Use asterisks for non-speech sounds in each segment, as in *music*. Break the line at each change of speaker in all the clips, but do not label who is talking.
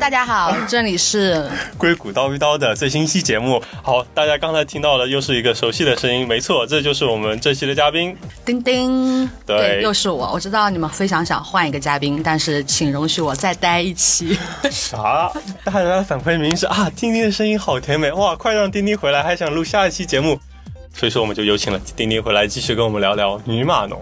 大家好，这里是
硅谷叨逼叨的最新一期节目。好，大家刚才听到的又是一个熟悉的声音，没错，这就是我们这期的嘉宾。
丁丁，
对
又是我。我知道你们非常想换一个嘉宾，但是请容许我再待一 *laughs* 期。
啥？大家的反馈明明是啊，丁丁的声音好甜美哇！快让丁丁回来，还想录下一期节目，所以说我们就有请了丁丁回来，继续跟我们聊聊女码农。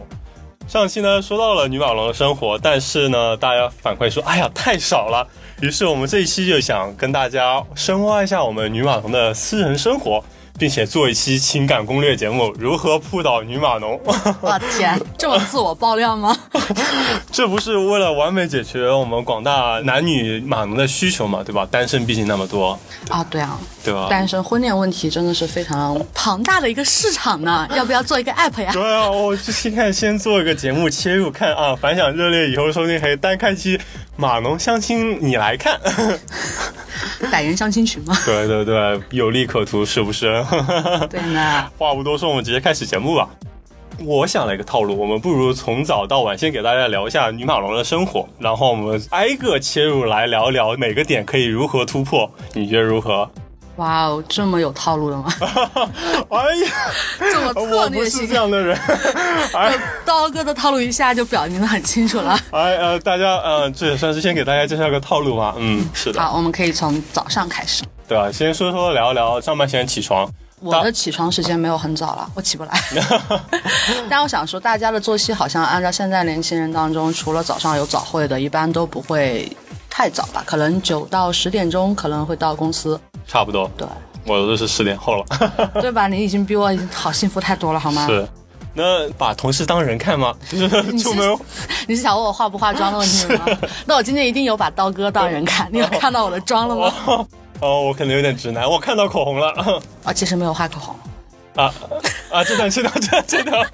上期呢说到了女码农的生活，但是呢大家反馈说，哎呀太少了。于是我们这一期就想跟大家深挖一下我们女码农的私人生活，并且做一期情感攻略节目，如何扑倒女码农。 *laughs*
我天，这么自我爆料 *laughs* 吗？
这不是为了完美解决我们广大男女码农的需求嘛，对吧？单身毕竟那么多，
啊，对啊，
对吧？
单身婚恋问题真的是非常庞大的一个市场呢，要不要做一个 app 呀？
对啊，我就现在先做一个节目切入看啊，反响热烈，以后说不定还单开期码农相亲你来看。
*laughs* 百人相亲群吗？
*laughs* 对对对，有利可图是不是？
对呢，
*laughs* 话不多说，我们直接开始节目吧。我想了一个套路，我们不如从早到晚先给大家聊一下女马龙的生活，然后我们挨个切入来聊聊每个点可以如何突破，你觉得如何？ *laughs*
哇哦，这么有套路的 *laughs* 吗？
哎呀，
这么策
我不
略
是
性
这，样的人。 *laughs* 哎
刀哥的套路一下就表明的很清楚了。
哎呃，大家呃，这也算是先给大家介绍个套路吧。嗯，是的，
好，我们可以从早上开始。
对吧？先说说聊聊上班前起床。
我的起床时间没有很早了，我起不
*laughs*
来。但我想说，大家的作息好像按照现在年轻人当中，除了早上有早会的，一般都不会太早吧，可能九到十点钟可能会到公司。
差不多，
对，
我都是十点后了。
对吧？你已经比我已经好幸福太多了，好吗？
*laughs* 是，那把同事当人
*laughs*
看吗？ *laughs* 就是出门
你是想问我化不化妆的问题吗？ *laughs* 那我今天一定有把刀哥当人看，你有看到我的妆了吗？
哦哦，我可能有点直男，我看到口红了 *laughs*
啊，其实没有画口红。 *laughs*
啊啊！这段这段这段这段，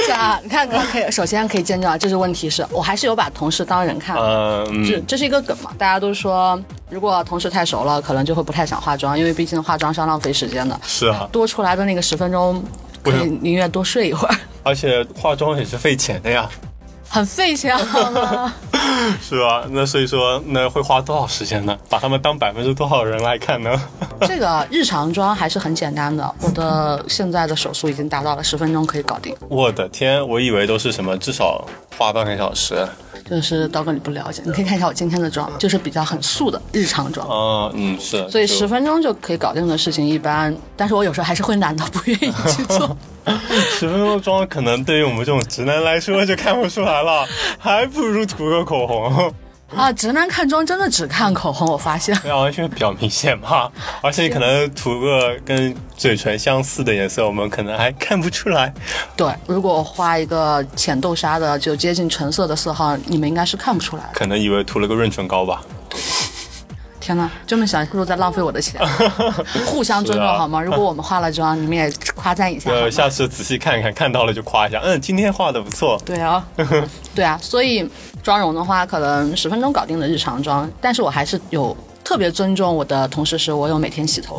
是啊，你看，可以，首先可以见证啊，这是问题是，我还是有把同事当人看。
呃
这
嗯，
这是一个梗嘛？大家都说，如果同事太熟了，可能就会不太想化妆，因为毕竟化妆是要浪费时间的。
是啊，
多出来的那个十分钟，可
为
以宁愿多睡一会儿，
而且化妆也是费钱的呀，
很费钱啊好
*laughs*
吗？
是吧？那所以说，那会花多少时间呢？把他们当百分之多少人来看呢？ *laughs*
这个日常妆还是很简单的，我的现在的手速已经达到了十分钟可以搞定。
我的天，我以为都是什么，至少花半个小时。
就是刀哥你不了解，你可以看一下我今天的妆，就是比较很素的日常妆。
啊，嗯，是。
所以
就
十分钟就可以搞定的事情，一般，但是我有时候还是会懒到不愿意去
*laughs*
做。
十分钟妆，可能对于我们这种直男来说就看不出来 *laughs* 了，还不如涂个口 *laughs* 红，
啊，直男看妆真的只看口红，我发现。
那完全比较明显嘛。 *laughs* 而且可能涂个跟嘴唇相似的颜色，我们可能还看不出来。
对，如果我画一个浅豆沙的，就接近橙色的色号，你们应该是看不出来的。
可能以为涂了个润唇膏吧。
天哪，这么想是不是在浪费我的
*laughs*
钱？互相尊重
是啊
好吗？如果我们化了妆，你们也夸赞一下。好
呃，
吗
下次仔细看看，看到了就夸一下。嗯，今天画的不错。 *laughs*
对啊，对啊，所以妆容的话，可能十分钟搞定的日常妆，但是我还是有特别尊重我的同事，是我有每天洗头。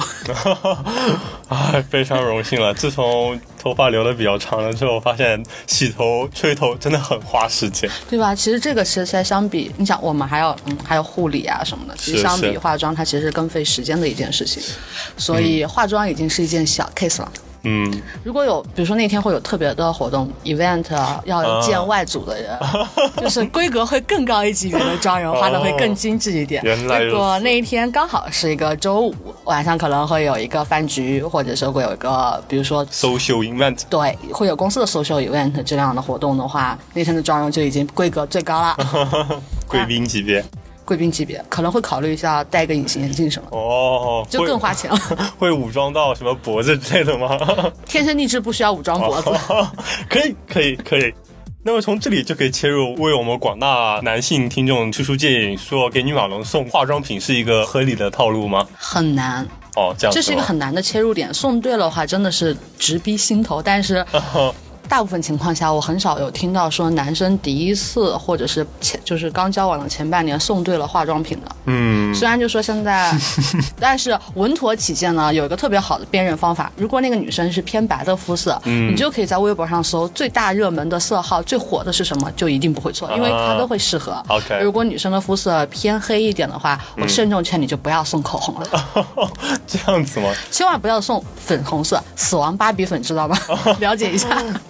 *laughs*
哎，非常荣幸了。自从头发留的比较长了之后，发现洗头、吹头真的很花时间。
对吧？其实这个其实才相比，你想我们还要嗯还有护理啊什么的，其
是
实相比
是
化妆，它其实是更费时间的一件事情，所以化妆已经是一件小 case 了。
*laughs* 嗯，
如果有，比如说那天会有特别的活动 event 啊，要见外组的人， *laughs* 就是规格会更高一级别的妆容，画的会更精致一点。
原来如此
如果那一天刚好是一个周五晚上，可能会有一个饭局，或者是会有一个，比如说
social event
对，会有公司的 social event 这样的活动的话， *laughs* 那天的妆容就已经规格最高了， *laughs*
贵宾级别
贵宾级别，可能会考虑一下戴一个隐形眼镜什么的，
哦，
就更花钱了。
*laughs* 会会武装到什么脖子之类的吗？ *laughs*
天生丽质不需要武装脖子。
可以，可以，可以。那么从这里就可以切入，为我们广大男性听众出出建议，说给女马龙送化妆品是一个合理的套路吗？
很难，
哦，这样
这是一个
吗。
很难的切入点。送对了的话，真的是直逼心头，但是
*laughs*
大部分情况下，我很少有听到说男生第一次或者是前就是刚交往的前半年送对了化妆品的。
嗯， *laughs*
虽然就说现在，但是稳妥起见呢，有一个特别好的辨认方法。如果那个女生是偏白的肤色，
嗯
你就可以在微博上搜最大热门的色号、最火的是什么，就一定不会错，因为它都会适合。
啊 OK 嗯
如果女生的肤色偏黑一点的话，我慎重劝你就不要送口红了，
这样子吗？
千万不要送粉红色，死亡芭比粉知道吧？
哦
*laughs* 了解一下。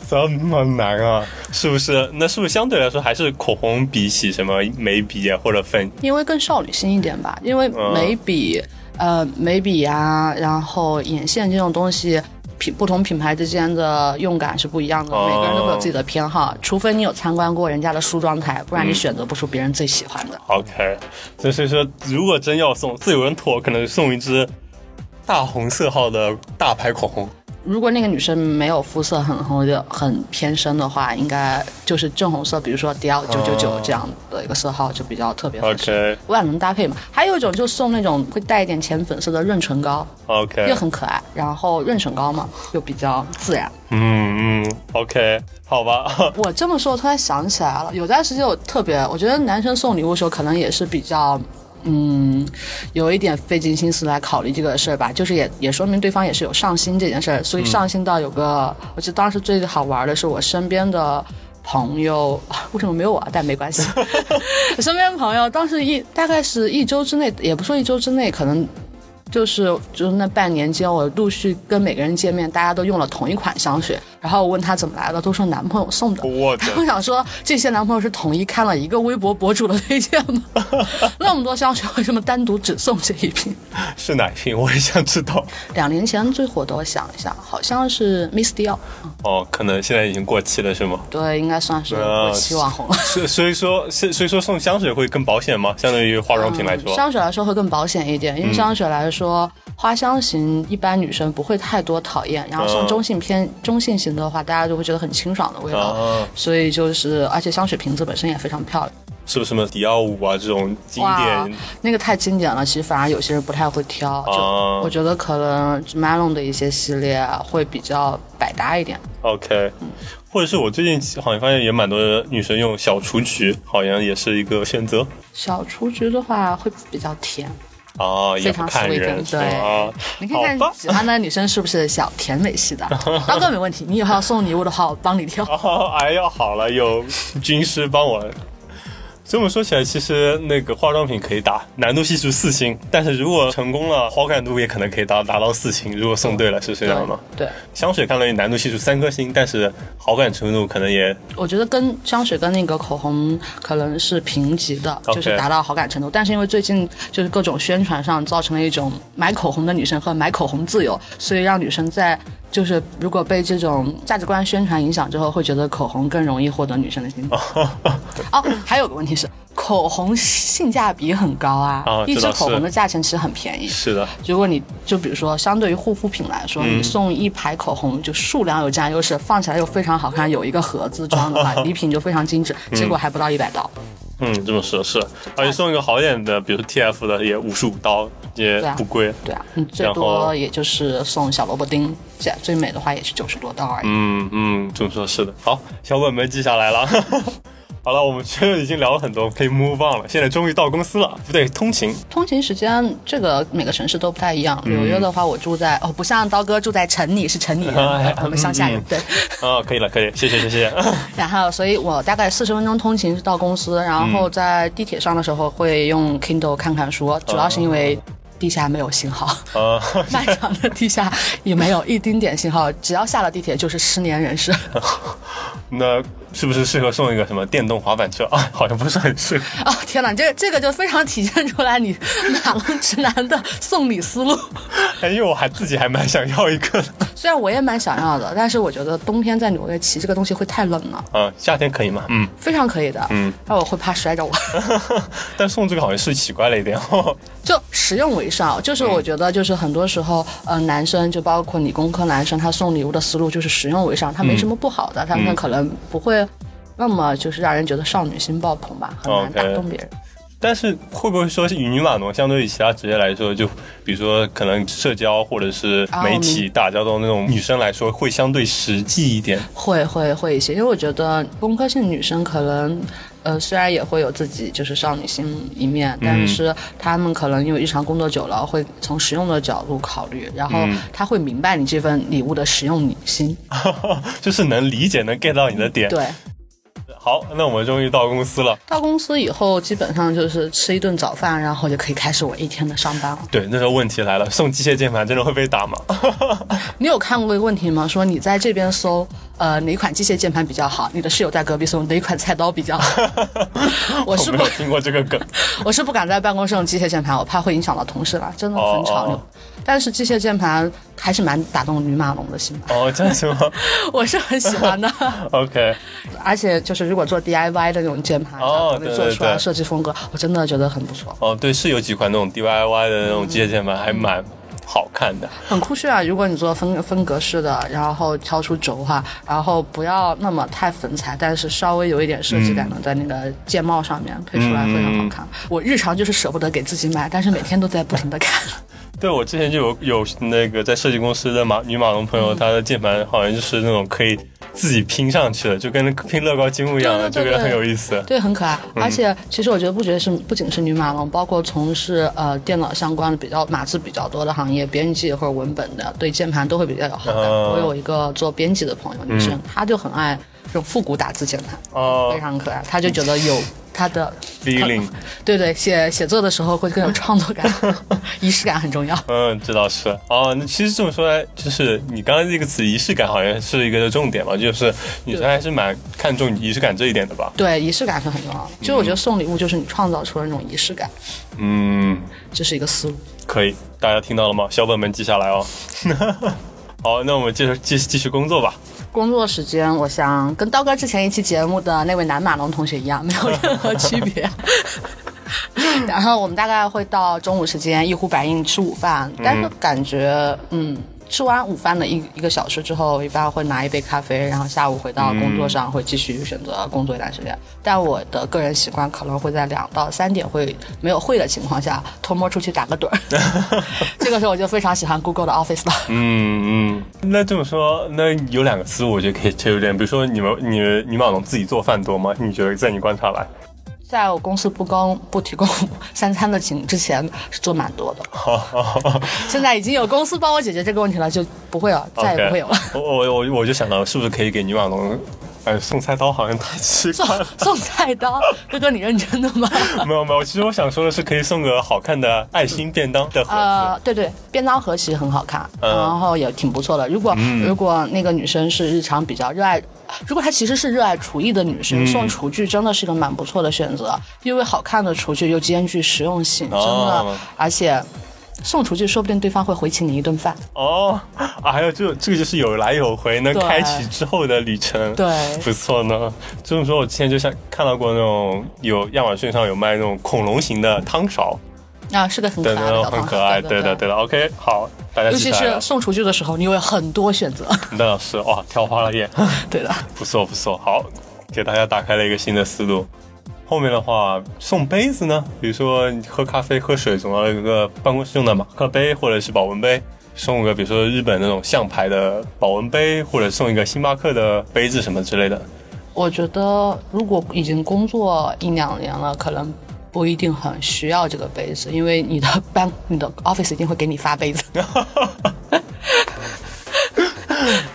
这么难啊？是不是？那是不是相对来说还是口红比起什么眉笔啊或者粉？
因为更少女心一点吧，因为
嗯
眉笔，呃，眉笔啊，然后眼线这种东西。品不同品牌之间的用感是不一样的，
哦
每个人都会有自己的偏好，除非你有参观过人家的梳妆台，不然你选择不出别人最喜欢的。
嗯 OK，所以所以说，如果真要送，最有人妥可能送一支大红色号的大牌口红。
如果那个女生没有肤色很红的、很偏深的话，应该就是正红色，比如说迪奥九九九这样的一个色号就比较特别合适。
OK
万能搭配嘛，还有一种就送那种会带一点浅粉色的润唇膏，又
OK，
很可爱，然后润唇膏嘛又比较自然。
嗯嗯，OK，好吧， *laughs*
我这么说，突然想起来了，有段时间我特别，我觉得男生送礼物的时候可能也是比较。嗯，有一点费尽心思来考虑这个事儿吧，就是也也说明对方也是有上心这件事儿，所以上心到有个，我记得当时最好玩的是我身边的朋友，为什么没有我啊？但没关系，我身边朋友当时一大概是一周之内，也不说一周之内，可能就是就是那半年间，我陆续跟每个人见面，大家都用了同一款香水，然后我问他怎么来的，都说男朋友送的。
我的
然后我想说，这些男朋友是统一看了一个微博博主的推荐
*laughs*
吗？ *laughs* 那么多香水，为什么单独只送这一瓶？
是哪瓶？我也想知道。 *laughs*
两年前最火的，我想一下，好像是 Miss Dior，
哦，可能现在已经过期了，是吗？
对，应该算是
呃
国期网红了。
所所以说，所以所以说送香水会更保险吗？相对于化妆品来说，嗯
香嗯水来说会更保险一点，因为香水来说，花香型一般女生不会太多讨厌，然后送
嗯
中性偏、中性型的话，大家就会觉得很清爽的味道。
啊，
所以就是，而且香水瓶子本身也非常漂亮。
是不是什么迪奥五啊这种经典？，
那个太经典了，其实反而有些人不太会挑。就
啊
我觉得可能 Malone 的一些系列会比较百搭一点。
OK，或者是我最近好像发现也蛮多女生用小雏菊，好像也是一个选择
小雏菊的话会比较甜，
啊，也
非
不
常
看
sweet，
人是
对
吗？
你看
好吧
看喜欢的女生是不是小甜美系
*laughs*
的？刀哥没问题，你以后要送礼物的话，我帮你挑。
哦，哎呀，好了，有军师帮我。这么说起来，其实那个化妆品可以打难度系数四星，但是如果成功了，好感度也可能可以达达到四星。如果送对了，是这样吗？
对，对
香水看来难度系数三颗星，但是好感程度可能也
我觉得跟香水跟那个口红可能是平级的
OK
就是达到好感程度。但是因为最近就是各种宣传上造成了一种买口红的女生和买口红自由，所以让女生在就是如果被这种价值观宣传影响之后，会觉得口红更容易获得女生的心。 *laughs* 哦，还有个问题是，口红性价比很高啊，
啊
一
这
支
倒是
口红的价钱其实很便宜。
是的。
如果你就比如说，相对于护肤品来说，你送一排口红，就数量有占优势，放起来又非常好看，有一个盒子装的话， *laughs* 嗯礼品就非常精致，结果还不到一百刀。
嗯，这么说是，而且送一个好一点的，比如说 TF 的也五十五刀，也
对啊
不贵。
对啊，你最
然后
多也就是送小萝卜丁，最最美的话也是九十多刀而已。
嗯嗯，这么说是的。好，小本本记下来了。 *laughs* 好了，我们确实已经聊了很多，可以 move on 了。现在终于到公司了，不对，通勤。
通勤时间这个每个城市都不太一样，纽约的话我住在哦，不像刀哥住在城里是城里人， *laughs*
哎
我们乡下人
嗯嗯
对。
啊，可以了，可以，谢谢，谢 *laughs* 谢。
然后，所以我大概四十分钟通勤到公司，然后在地铁上的时候会用 Kindle 看看书，主要是因为地下没有信号，
啊，
*laughs* 漫长的地下也没有一丁点信号，只要下了地铁就是失联人士。
那是不是适合送一个什么电动滑板车 *laughs* 啊？好像不是很适合。
哦，天哪，这这个就非常体现出来你 *laughs* 马龙直男的送礼思路。
哎，因为我还自己还蛮想要一个的。
虽然我也蛮想要的，但是我觉得冬天在纽约骑这个东西会太冷了，
啊，夏天可以吗？嗯，
非常可以的。嗯，但我会怕摔着我。
*laughs* 但送这个好像是奇怪了一点。 *laughs*
就实用为上，就是
嗯
我觉得就是很多时候，呃，男生就包括理工科男生，他送礼物的思路就是实用为上，他没
嗯
什么不好的，他们可能不会那么就是让人觉得少女心爆棚吧，很难
OK
打动别人。
但是会不会说是女码农相对于其他职业来说，就比如说可能社交或者是媒体打交道那种女生来说，会相对实际一点？
会会会一些，因为我觉得工科性女生可能，呃，虽然也会有自己就是少女心一面，
嗯
但是她们可能因为日常工作久了，会从实用的角度考虑，然后
嗯
她会明白你这份礼物的实用性。
*laughs* 就是能理解、能 get 到你的点。
对，
好，那我们终于到公司了。
到公司以后，基本上就是吃一顿早饭，然后就可以开始我一天的上班了。
对，那时候问题来了，送机械键盘真的会被打吗？
你有看过一个问题吗？说你在这边搜，呃，哪款机械键盘比较好？你的室友在隔壁搜哪款菜刀比较好？ *laughs* 我是
没
不
有，听过这个梗。
我是不敢在办公室用机械键盘，我怕会影响到同事啦，真的很吵
哦
扭。
哦
但是机械键盘还是蛮打动女码农的心
*laughs*
吧，
哦，这样行吗
我是很喜欢的。
？OK，
*laughs* 而且就是如果做 DIY 的那种键盘，
哦
然后
对
做
对
出来
对
设计风格，我真的觉得很不错，
哦，对，是有几款那种 DIY 的那种机械键盘，
嗯
还蛮好看的。
很酷炫啊！如果你做分分格式的，然后挑出轴哈，然后不要那么太粉彩，但是稍微有一点设计
嗯
感的，在那个键帽上面配出来非常好看。我日常就是舍不得给自己买，但是每天都在不停的
*laughs*
看。
对，我之前就有有那个在设计公司的马女码农
嗯
朋友，她的键盘好像就是那种可以自己拼上去的，就跟拼乐高积木一样的，
对
这
对对
个很有意思。
对，很可爱。
嗯
而且其实我觉得不觉得是不仅是女码农，包括从事呃电脑相关的比较码字比较多的行业，编辑或者文本的，对键盘都会比较有好感。
哦嗯
我有一个做编辑的朋友，女生，她就很爱这种复古打字键盘，
哦
非常可爱。她就觉得有她的。
，feeling，
*laughs* 对对，写写作的时候会更有创作感，仪式感很重要。
嗯，这倒是。哦，那其实这么说来，就是你刚刚这个词仪式感，好像是一个重点吧，就是女生还是蛮看重仪式感这一点的吧。
对，仪式感是很重要的。其实我觉得送礼物就是你创造出了那种仪式感，
嗯，
这是一个思路。
可以，大家听到了吗？小本本记下来 *laughs* 哦。好，那我们接着继继续工作吧。
工作时间，我想跟刀哥之前一期节目的那位南马龙同学一样，没有任何区别。然后我们大概会到中午时间一呼百应吃午饭，但是感觉嗯。吃完午饭的一一个小时之后，一般会拿一杯咖啡，然后下午回到工作上，会继续选择工作一段时间。但我的个人习惯可能会在两到三点会没有会的情况下，偷摸出去打个盹儿。这个时候我就非常喜欢 Google 的 Office 了。
嗯嗯，那这么说，那有两个思路，我觉得可以切入点。比如说，你们、你们、你马龙自己做饭多吗？你觉得在你观 *laughs* 察来，
在我公司不供不提供三餐的情之前是做蛮
*laughs*
多的，现在已经有公司帮我解决这个问题了，就不会了，再也不会有
*laughs*
了。
OK 哦我我我我就想到，是不是可以给女马龙，哎，送菜刀好像太奇怪
送
了。
*laughs* 送菜刀，哥哥你认真的
*laughs*
吗？
没有没有，其实我想说的是，可以送个好看的爱心便当的盒子。
呃， *laughs* 对对，便当盒其实很好看，
嗯
然后也挺不错的。如果、如果那个女生是日常比较热爱，如果她其实是热爱厨艺的女
嗯
生，送厨具真的是一个蛮不错的选择，因为好看的厨具又兼具实用性，真的，
哦
而且送厨具说不定对方会回请你一顿饭。
哦，啊，还有这这个就是有来有回，能
对
开启之后的旅程，
对
不错呢。这么说，我之前就像看到过那种有亚马逊上有卖那种恐龙型的汤勺，
啊，是个很可
对，
爱
那
的
种
小
很
朋
可爱，
友对
对的对的。OK，好，大家
尤
记
其
下来
是
了。
送厨具的时候，你有很多选择。 *laughs*
那老师哇，挑花了眼，
对的，
不错不错，好，给大家打开了一个新的思路。后面的话，送杯子呢，比如说你喝咖啡、喝水，总要有一个办公室用的马克杯或者是保温杯，送个比如说日本那种象牌的保温杯，或者送一个星巴克的杯子什么之类的。
我觉得如果已经工作一两年了，可能不一定很需要这个杯子，因为你的办、你的 office 一定会给你发杯
*laughs*
子。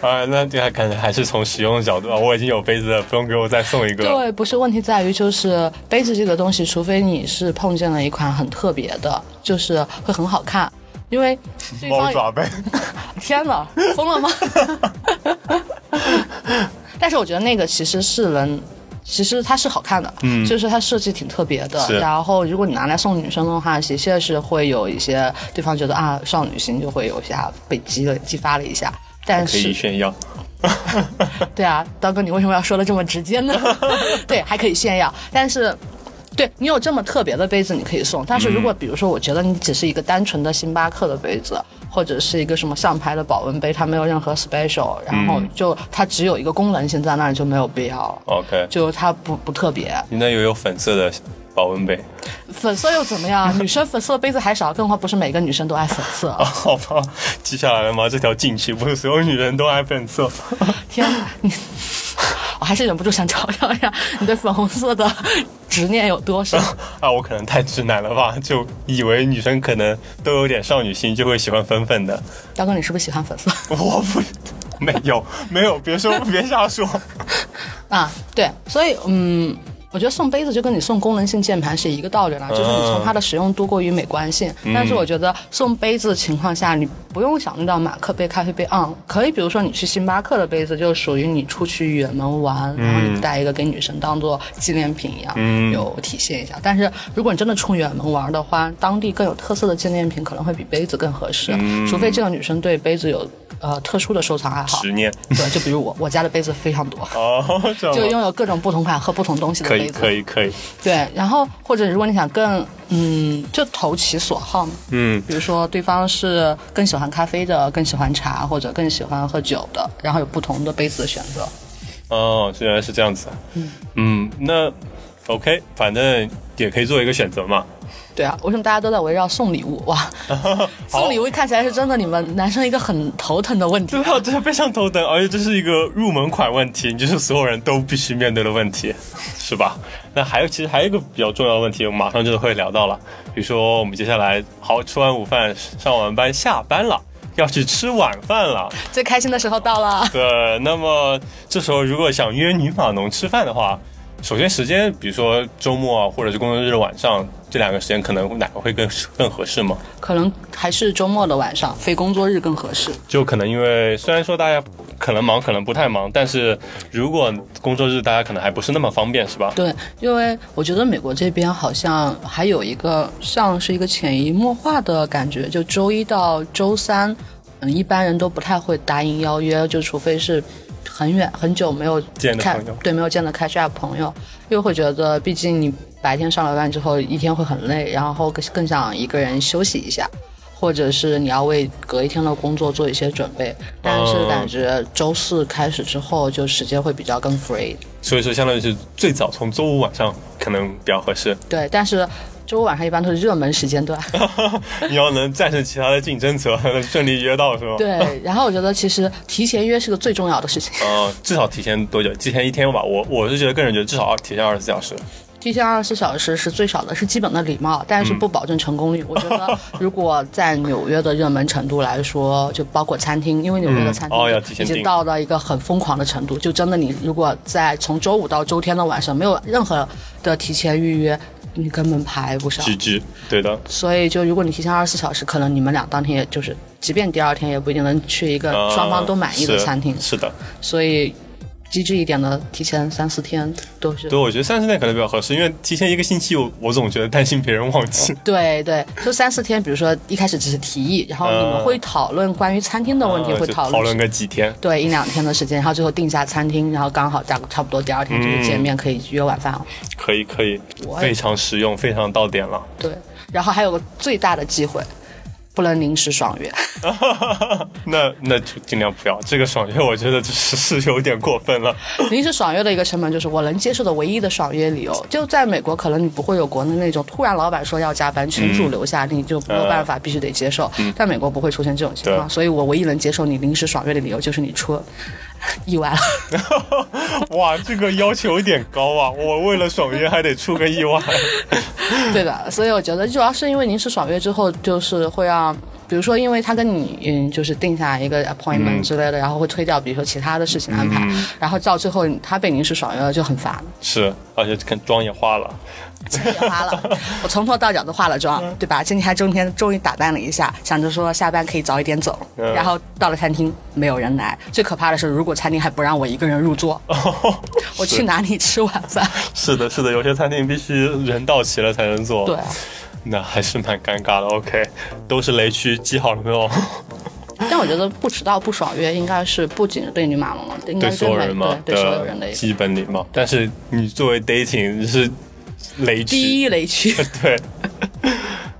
啊，那这还感觉还是从实用的角度啊，我已经有杯子了，不用给我再送一个。
对，不是问题在于就是杯子这个东西，除非你是碰见了一款很特别的，就是会很好看，因为对
猫
方
爪杯，
天哪，疯了吗？ *laughs* 但是我觉得那个其实是能，其实它是好看的，嗯，就是它设计挺特别的。
是
然后如果你拿来送女生的话，的确是会有一些对方觉得啊少女心就会有一下被激了激发了一下。但
可以
是，
炫耀。
对啊，刀哥，你为什么要说的这么直接呢？对，还可以炫耀，但是。对你有这么特别的杯子，你可以送。但是如果比如说，我觉得你只是一个单纯的星巴克的杯子，或者是一个什么象牌的保温杯，它没有任何 special，然后就它只
哦
有一个功能性在那里，就没有必要了，
OK，
就它不不特别。
那又有粉色的保温杯。
粉色又怎么样？女生粉色的杯子还少，更何况不是每个女生都爱粉色。
啊， *laughs* 好吧，记下来了吗？这条禁区不是所有女人都爱粉色。
天哪，
*laughs*
你，我还是忍不住想嘲笑一下你对粉红色的执念有多深。
*laughs* 啊，我可能太直男了吧，就以为女生可能都有点少女心，就会喜欢粉粉的。
大哥，你是不是喜欢粉色？
我不，没有，没有，别说， *laughs* 别瞎说。
啊，
对，所以嗯，我觉得送杯子就跟你送功能性键盘是一个道理啦，就是你送它的使用度过于美观性。但是我觉得送杯子的情况下，你不用想虑到马克杯、咖啡杯啊、嗯，可以比如说你去星巴克的杯子，就属于你出去远门玩，然后你带一个给女生当做纪念品一样，
嗯
有体现一下。但是如果你真的出远门玩的话，当地更有特色的纪念品可能会比杯子更合适，除非这个女生对杯子有呃特殊的收藏爱好。
执念。
对，就比如我，我家的杯子非常多。
哦，这
就
样吗
拥有各种不同款喝不同东西的
可
杯
以，
子。
可以，可以。
对，然后或者如果你想更，嗯，就投其所好嘛。
嗯，
比如说对方是更喜欢咖啡的，更喜欢茶，或者更喜欢喝酒的，然后有不同的杯子的选择。
哦，原来是这样子。嗯那 OK，反正也可以做一个选择嘛。
对啊，为什么大家都在围绕送礼物？ *laughs* 哇，送礼物看起来是真的你们男生一个很头疼的问题
对。啊，这非常头疼，而且这是一个入门款问题，你就是所有人都必须面对的问题，是吧？那还有，其实还有一个比较重要的问题，我们马上就会聊到了。比如说，我们接下来好吃完午饭，上完班，下班了，要去吃晚饭了。
最开心的时候到了。
对，那么这时候如果想约女码农吃饭的话，首先时间，比如说周末啊，或者是工作日的晚上，这两个时间可能哪个会更更合适吗？
可能还是周末的晚上，非工作日更合适。
就可能因为虽然说大家可能忙，可能不太忙，但是如果工作日大家可能还不是那么方便，是吧？
对，因为我觉得美国这边好像还有一个像是一个潜移默化的感觉，就周一到周三，嗯，一般人都不太会答应邀约，就除非是很远很久没有
见的
看
朋友
对，没有见的 catch up 朋友，又会觉得毕竟你白天上了班之后一天会很累，然后更更想一个人休息一下。或者是你要为隔一天的工作做一些准备，但是
嗯
感觉周四开始之后就时间会比较更 free，
所以说，相当于是最早从周五晚上可能比较合适。
对，但是周五晚上一般都是热门时
*laughs*
间段。
你要能战胜其他的竞争者，顺利约到，是吧？。
对，然后我觉得其实提前约是个最重要的事情，
呃，至少提前多久？提前一天吧。我我是觉得个人觉得至少二提前二十四小时。
提前二十四小时是最少的，是基本的礼貌，但是不保证成功
*laughs*
率。我觉得如果在纽约的热门程度来说，就包括餐厅，因为纽约的餐
嗯哦要提
厅
前
已经
订
到了一个很疯狂的程度，就真的你如果在从周五到周天的晚上没有任何的提前预约，你根本排不上。
GG，对的。
所以，就如果你提前二十四小时，可能你们俩当天也就是，即便第二天也不一定能去一个
呃
双方都满意的
是
餐厅。
是的，
所以，机智一点的，提前三四天都是
对，我觉得三十天可能比较合适，因为提前一个星期我，我总觉得担心别人忘记。
对对，就三四天。比如说一开始只是提议，然后你们
呃
会讨论关于餐厅 *laughs* 的问题，
啊
会
就
讨
讨
论
论个几天。
对一两天的时间，然后最后定下餐厅，然后刚好大差不多第二天就是见面，可以约晚饭哦了。
可以可以
我，也
非常实用，非常到点了。
对，然后还有个最大的忌讳，不能临时爽约。
那那就尽量不要这个爽约，我觉得就是是有点过分了。
临时爽约的一个成本就是我能接受的唯一的爽约理由。就在美国，可能你不会有国内那种突然老板说要加班，群主留下，你就没有办法，必须得接受。但美国不会出现这种情况，
对
所以我唯一能接受你临时爽约的理由就是你出意外了。
哇，这个要求有点高啊！我为了爽约还得出个意外。
对的，所以我觉得主要是因为临时爽约之后，就是会让，比如说，因为他跟你嗯，就是定下一个 appointment 之类的，然后会推掉，比如说其他的事情安排，然后到最后他被临时爽约了就很烦，
是，而且看妆也化了，
钱也花
*laughs*
了，我从头到脚都化了妆，
嗯
对吧？今天还中间终于打扮了一下，想着说下班可以早一点走，
嗯
然后到了餐厅没有人来，最可怕的是如果餐厅还不让我一个人入座， *laughs* 我去哪里吃晚饭？
哦是的，是的，有些餐厅必须人到齐了才能做。
对，
那还是蛮尴尬的。OK，都是雷区，记好了没有？
但我觉得不迟到不爽约应该是不仅是对女马龙了，应该
对啊
是
所有
每
人嘛
对对所有人的
的
一个
基本礼貌。但是你作为 dating 是雷区，
第一雷区。
对。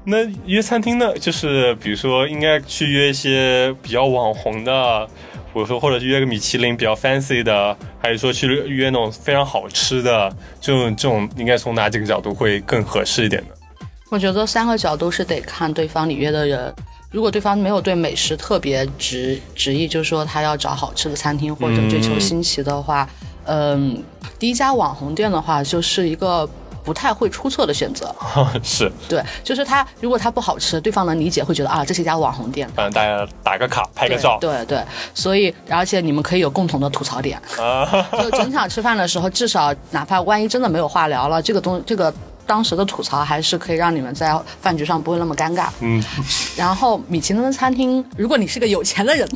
那约餐厅呢，就是比如说应该去约一些比较网红的，比如说或者是约个米其林比较 fancy 的，还是说去约那种非常好吃的，这种这种应该从哪几个角度会更合适一点呢？
我觉得三个角度是得看对方里约的人。如果对方没有对美食特别执执意，就是说他要找好吃的餐厅或者追求新奇的话，嗯，第一家网红店的话，就是一个不太会出错的选择。
*laughs* 是，
对，就是他如果他不好吃，对方能理解，会觉得啊，这是一家网红店。
反正大家打个卡，拍个
对
照
对对，所以而且你们可以有共同的吐槽点，
啊，
*laughs* 就整场吃饭的时候，至少哪怕万一真的没有话聊了，这个东这个当时的吐槽还是可以让你们在饭局上不会那么尴尬。
嗯，
*laughs* 然后米其林的餐厅，如果你是个有钱的人，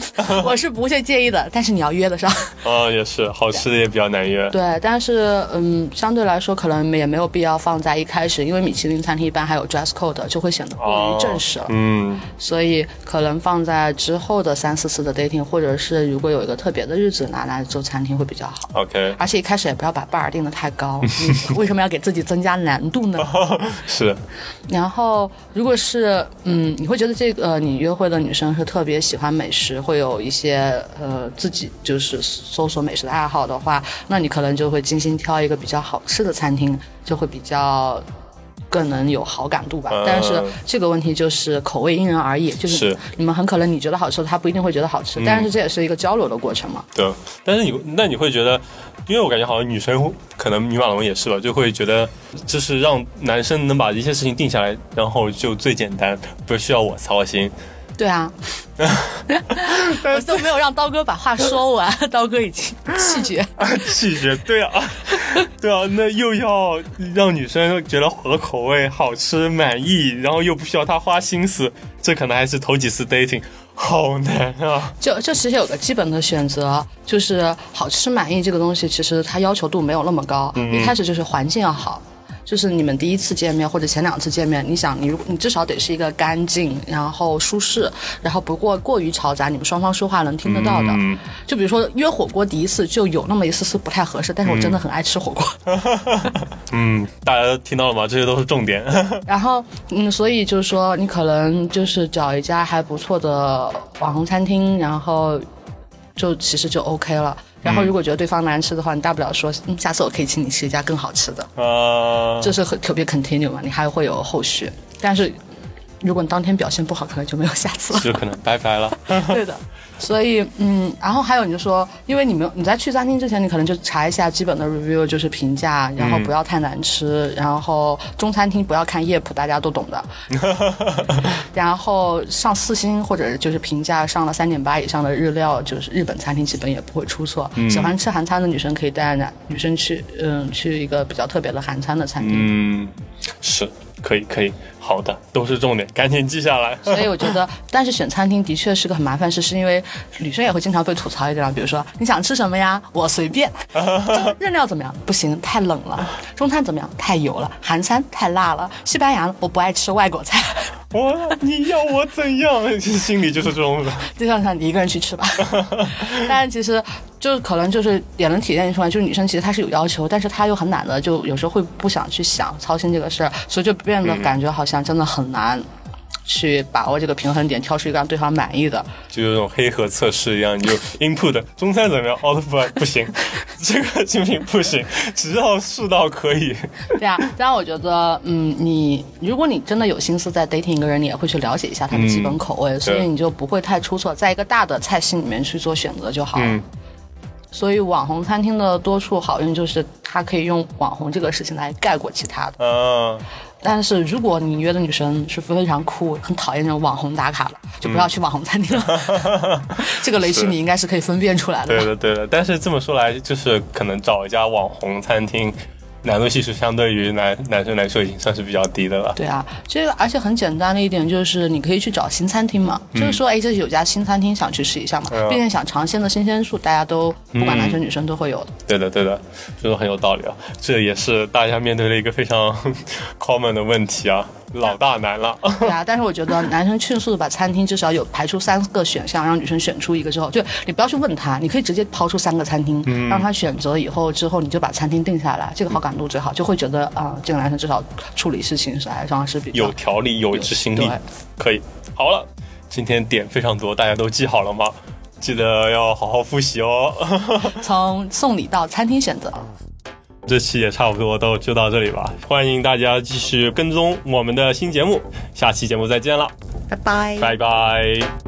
我是不会介意的，但是你要约得上。 *laughs*
啊也是，好吃的也比较难约，
对，但是嗯，相对来说可能也没有必要放在一开始，因为米其林餐厅一般还有 dress code，就会显得过于正式了。
嗯，
所以可能放在之后的三四次的 dating，或者是如果有一个特别的日子拿来做餐厅会比较好。
OK，
而且一开始也不要把 bar 定得太高，嗯为什么要给自己增加难度呢？
是，
然后，如果是嗯，你会觉得这个呃你约会的女生是特别喜欢美食，会有一些呃自己就是搜索美食的爱好的话，那你可能就会精心挑一个比较好吃的餐厅，就会比较呃更能有好感度吧。
嗯
但是这个问题就是口味因人而异，就是你们很可能你觉得好吃，他不一定会觉得好吃，但是这也是一个交流的过程嘛。
对，但是你那你会觉得，因为我感觉好像女生可能女马龙也是吧，就会觉得就是让男生能把一些事情定下来，然后就最简单，不需要我操心。
对啊，我都没有让刀哥把话说完， *laughs* 刀哥已经气绝。
气绝，对啊， *laughs* 对啊，那又要让女生觉得合口味、好吃、满意，然后又不需要她花心思，这可能还是头几次 dating，好难啊。
就就其实有个基本的选择，就是好吃满意这个东西，其实它要求度没有那么高。一开始就是环境要好，就是你们第一次见面或者前两次见面，你想你如你至少得是一个干净，然后舒适，然后不过过于嘈杂，你们双方说话能听得到的。
嗯
就比如说约火锅第一次就有那么一丝丝不太合适，但是我真的很爱吃火锅。
嗯，大家都听到了吗？这些都是重点。 *laughs*
然后，嗯，所以就是说，你可能就是找一家还不错的网红餐厅，然后就其实就 OK 了。然后，如果觉得对方难吃的话，你大不了说，嗯，下次我可以请你吃一家更好吃的，
啊，
这是很特别 continue 嘛，你还会有后续。但是，如果你当天表现不好，可能就没有下次了。
就可能拜拜了。
*laughs* 对的。所以，嗯，然后还有你就说，因为你没有你在去餐厅之前，你可能就查一下基本的 review，就是评价，然后不要太难吃，然后中餐厅不要看夜谱，大家都懂 *laughs* 的。然后上四星或者就是评价上了三点八以上的日料，就是日本餐厅基本也不会出错。喜欢吃韩餐的女生可以带男女生去，嗯，去一个比较特别的韩餐的餐厅。
嗯，是可以可以，好的，都是重点，赶紧记下来。
所以我觉得，但是选餐厅的确是个很麻烦事，是因为女生也会经常被吐槽一点啊，比如说你想吃什么呀，我随便。中日料怎么样？不行，太冷了。中餐怎么样？太油了。韩餐太辣了。西班牙我不爱吃外国菜。
我你要我怎样？ *laughs* 心里就是这种。 *laughs*
就像想你一个人去吃吧。 *laughs* 但是其实就可能就是也能体现出来，就是女生其实她是有要求，但是她又很懒的，就有时候会不想去想操心这个事儿，所以就变得感觉好像真的很难。去把握这个平衡点，挑出一个让对方满意的。
就有种黑盒测试一样，你就 input 中餐怎么样，output 不行， *laughs* 这个行不行？不行，只要是到可以。
*laughs* 对啊，当然我觉得，嗯，你如果你真的有心思在 dating 一个人，你也会去了解一下他的基本
嗯
口味，所以你就不会太出错，在一个大的菜系里面去做选择就好了。
嗯
所以网红餐厅的多处好运就是它可以用网红这个事情来盖过其他的。
啊，
但是如果你约的女生是非常酷，很讨厌那种网红打卡的，就不要去网红餐厅了。 *laughs* 这个雷区
嗯是
你应该是可以分辨出来的
对
吧。
的对的。但是这么说来，就是可能找一家网红餐厅，难度系数相对于男男生来说已经算是比较低的了。
对啊，这个而且很简单的一点就是，你可以去找新餐厅嘛，就是说，哎，这有家新餐厅想去试一下嘛，
嗯啊
毕竟想尝鲜的新鲜度，大家都不管男生女生都会有的。
*laughs* 对的，对的，说的很有道理啊。这也是大家面对的一个非常 *laughs* common 的问题啊，老大难
*laughs*
了。
对啊，但是我觉得男生迅速的把餐厅至少有排出三个选项，让女生选出一个之后，就你不要去问他，你可以直接抛出三个餐厅，
嗯
让他选择以后之后，你就把餐厅定下来，这个好感度最好，就会觉得啊、这个男生至少处理事情是还算是比较
有条理，有执行力
对，
可以。好了，今天点非常多，大家都记好了吗？记得要好好复习哦。 *laughs*
从送礼到餐厅选择，
这期也差不多都就到这里吧，欢迎大家继续跟踪我们的新节目，下期节目再见了，
拜拜。
拜拜。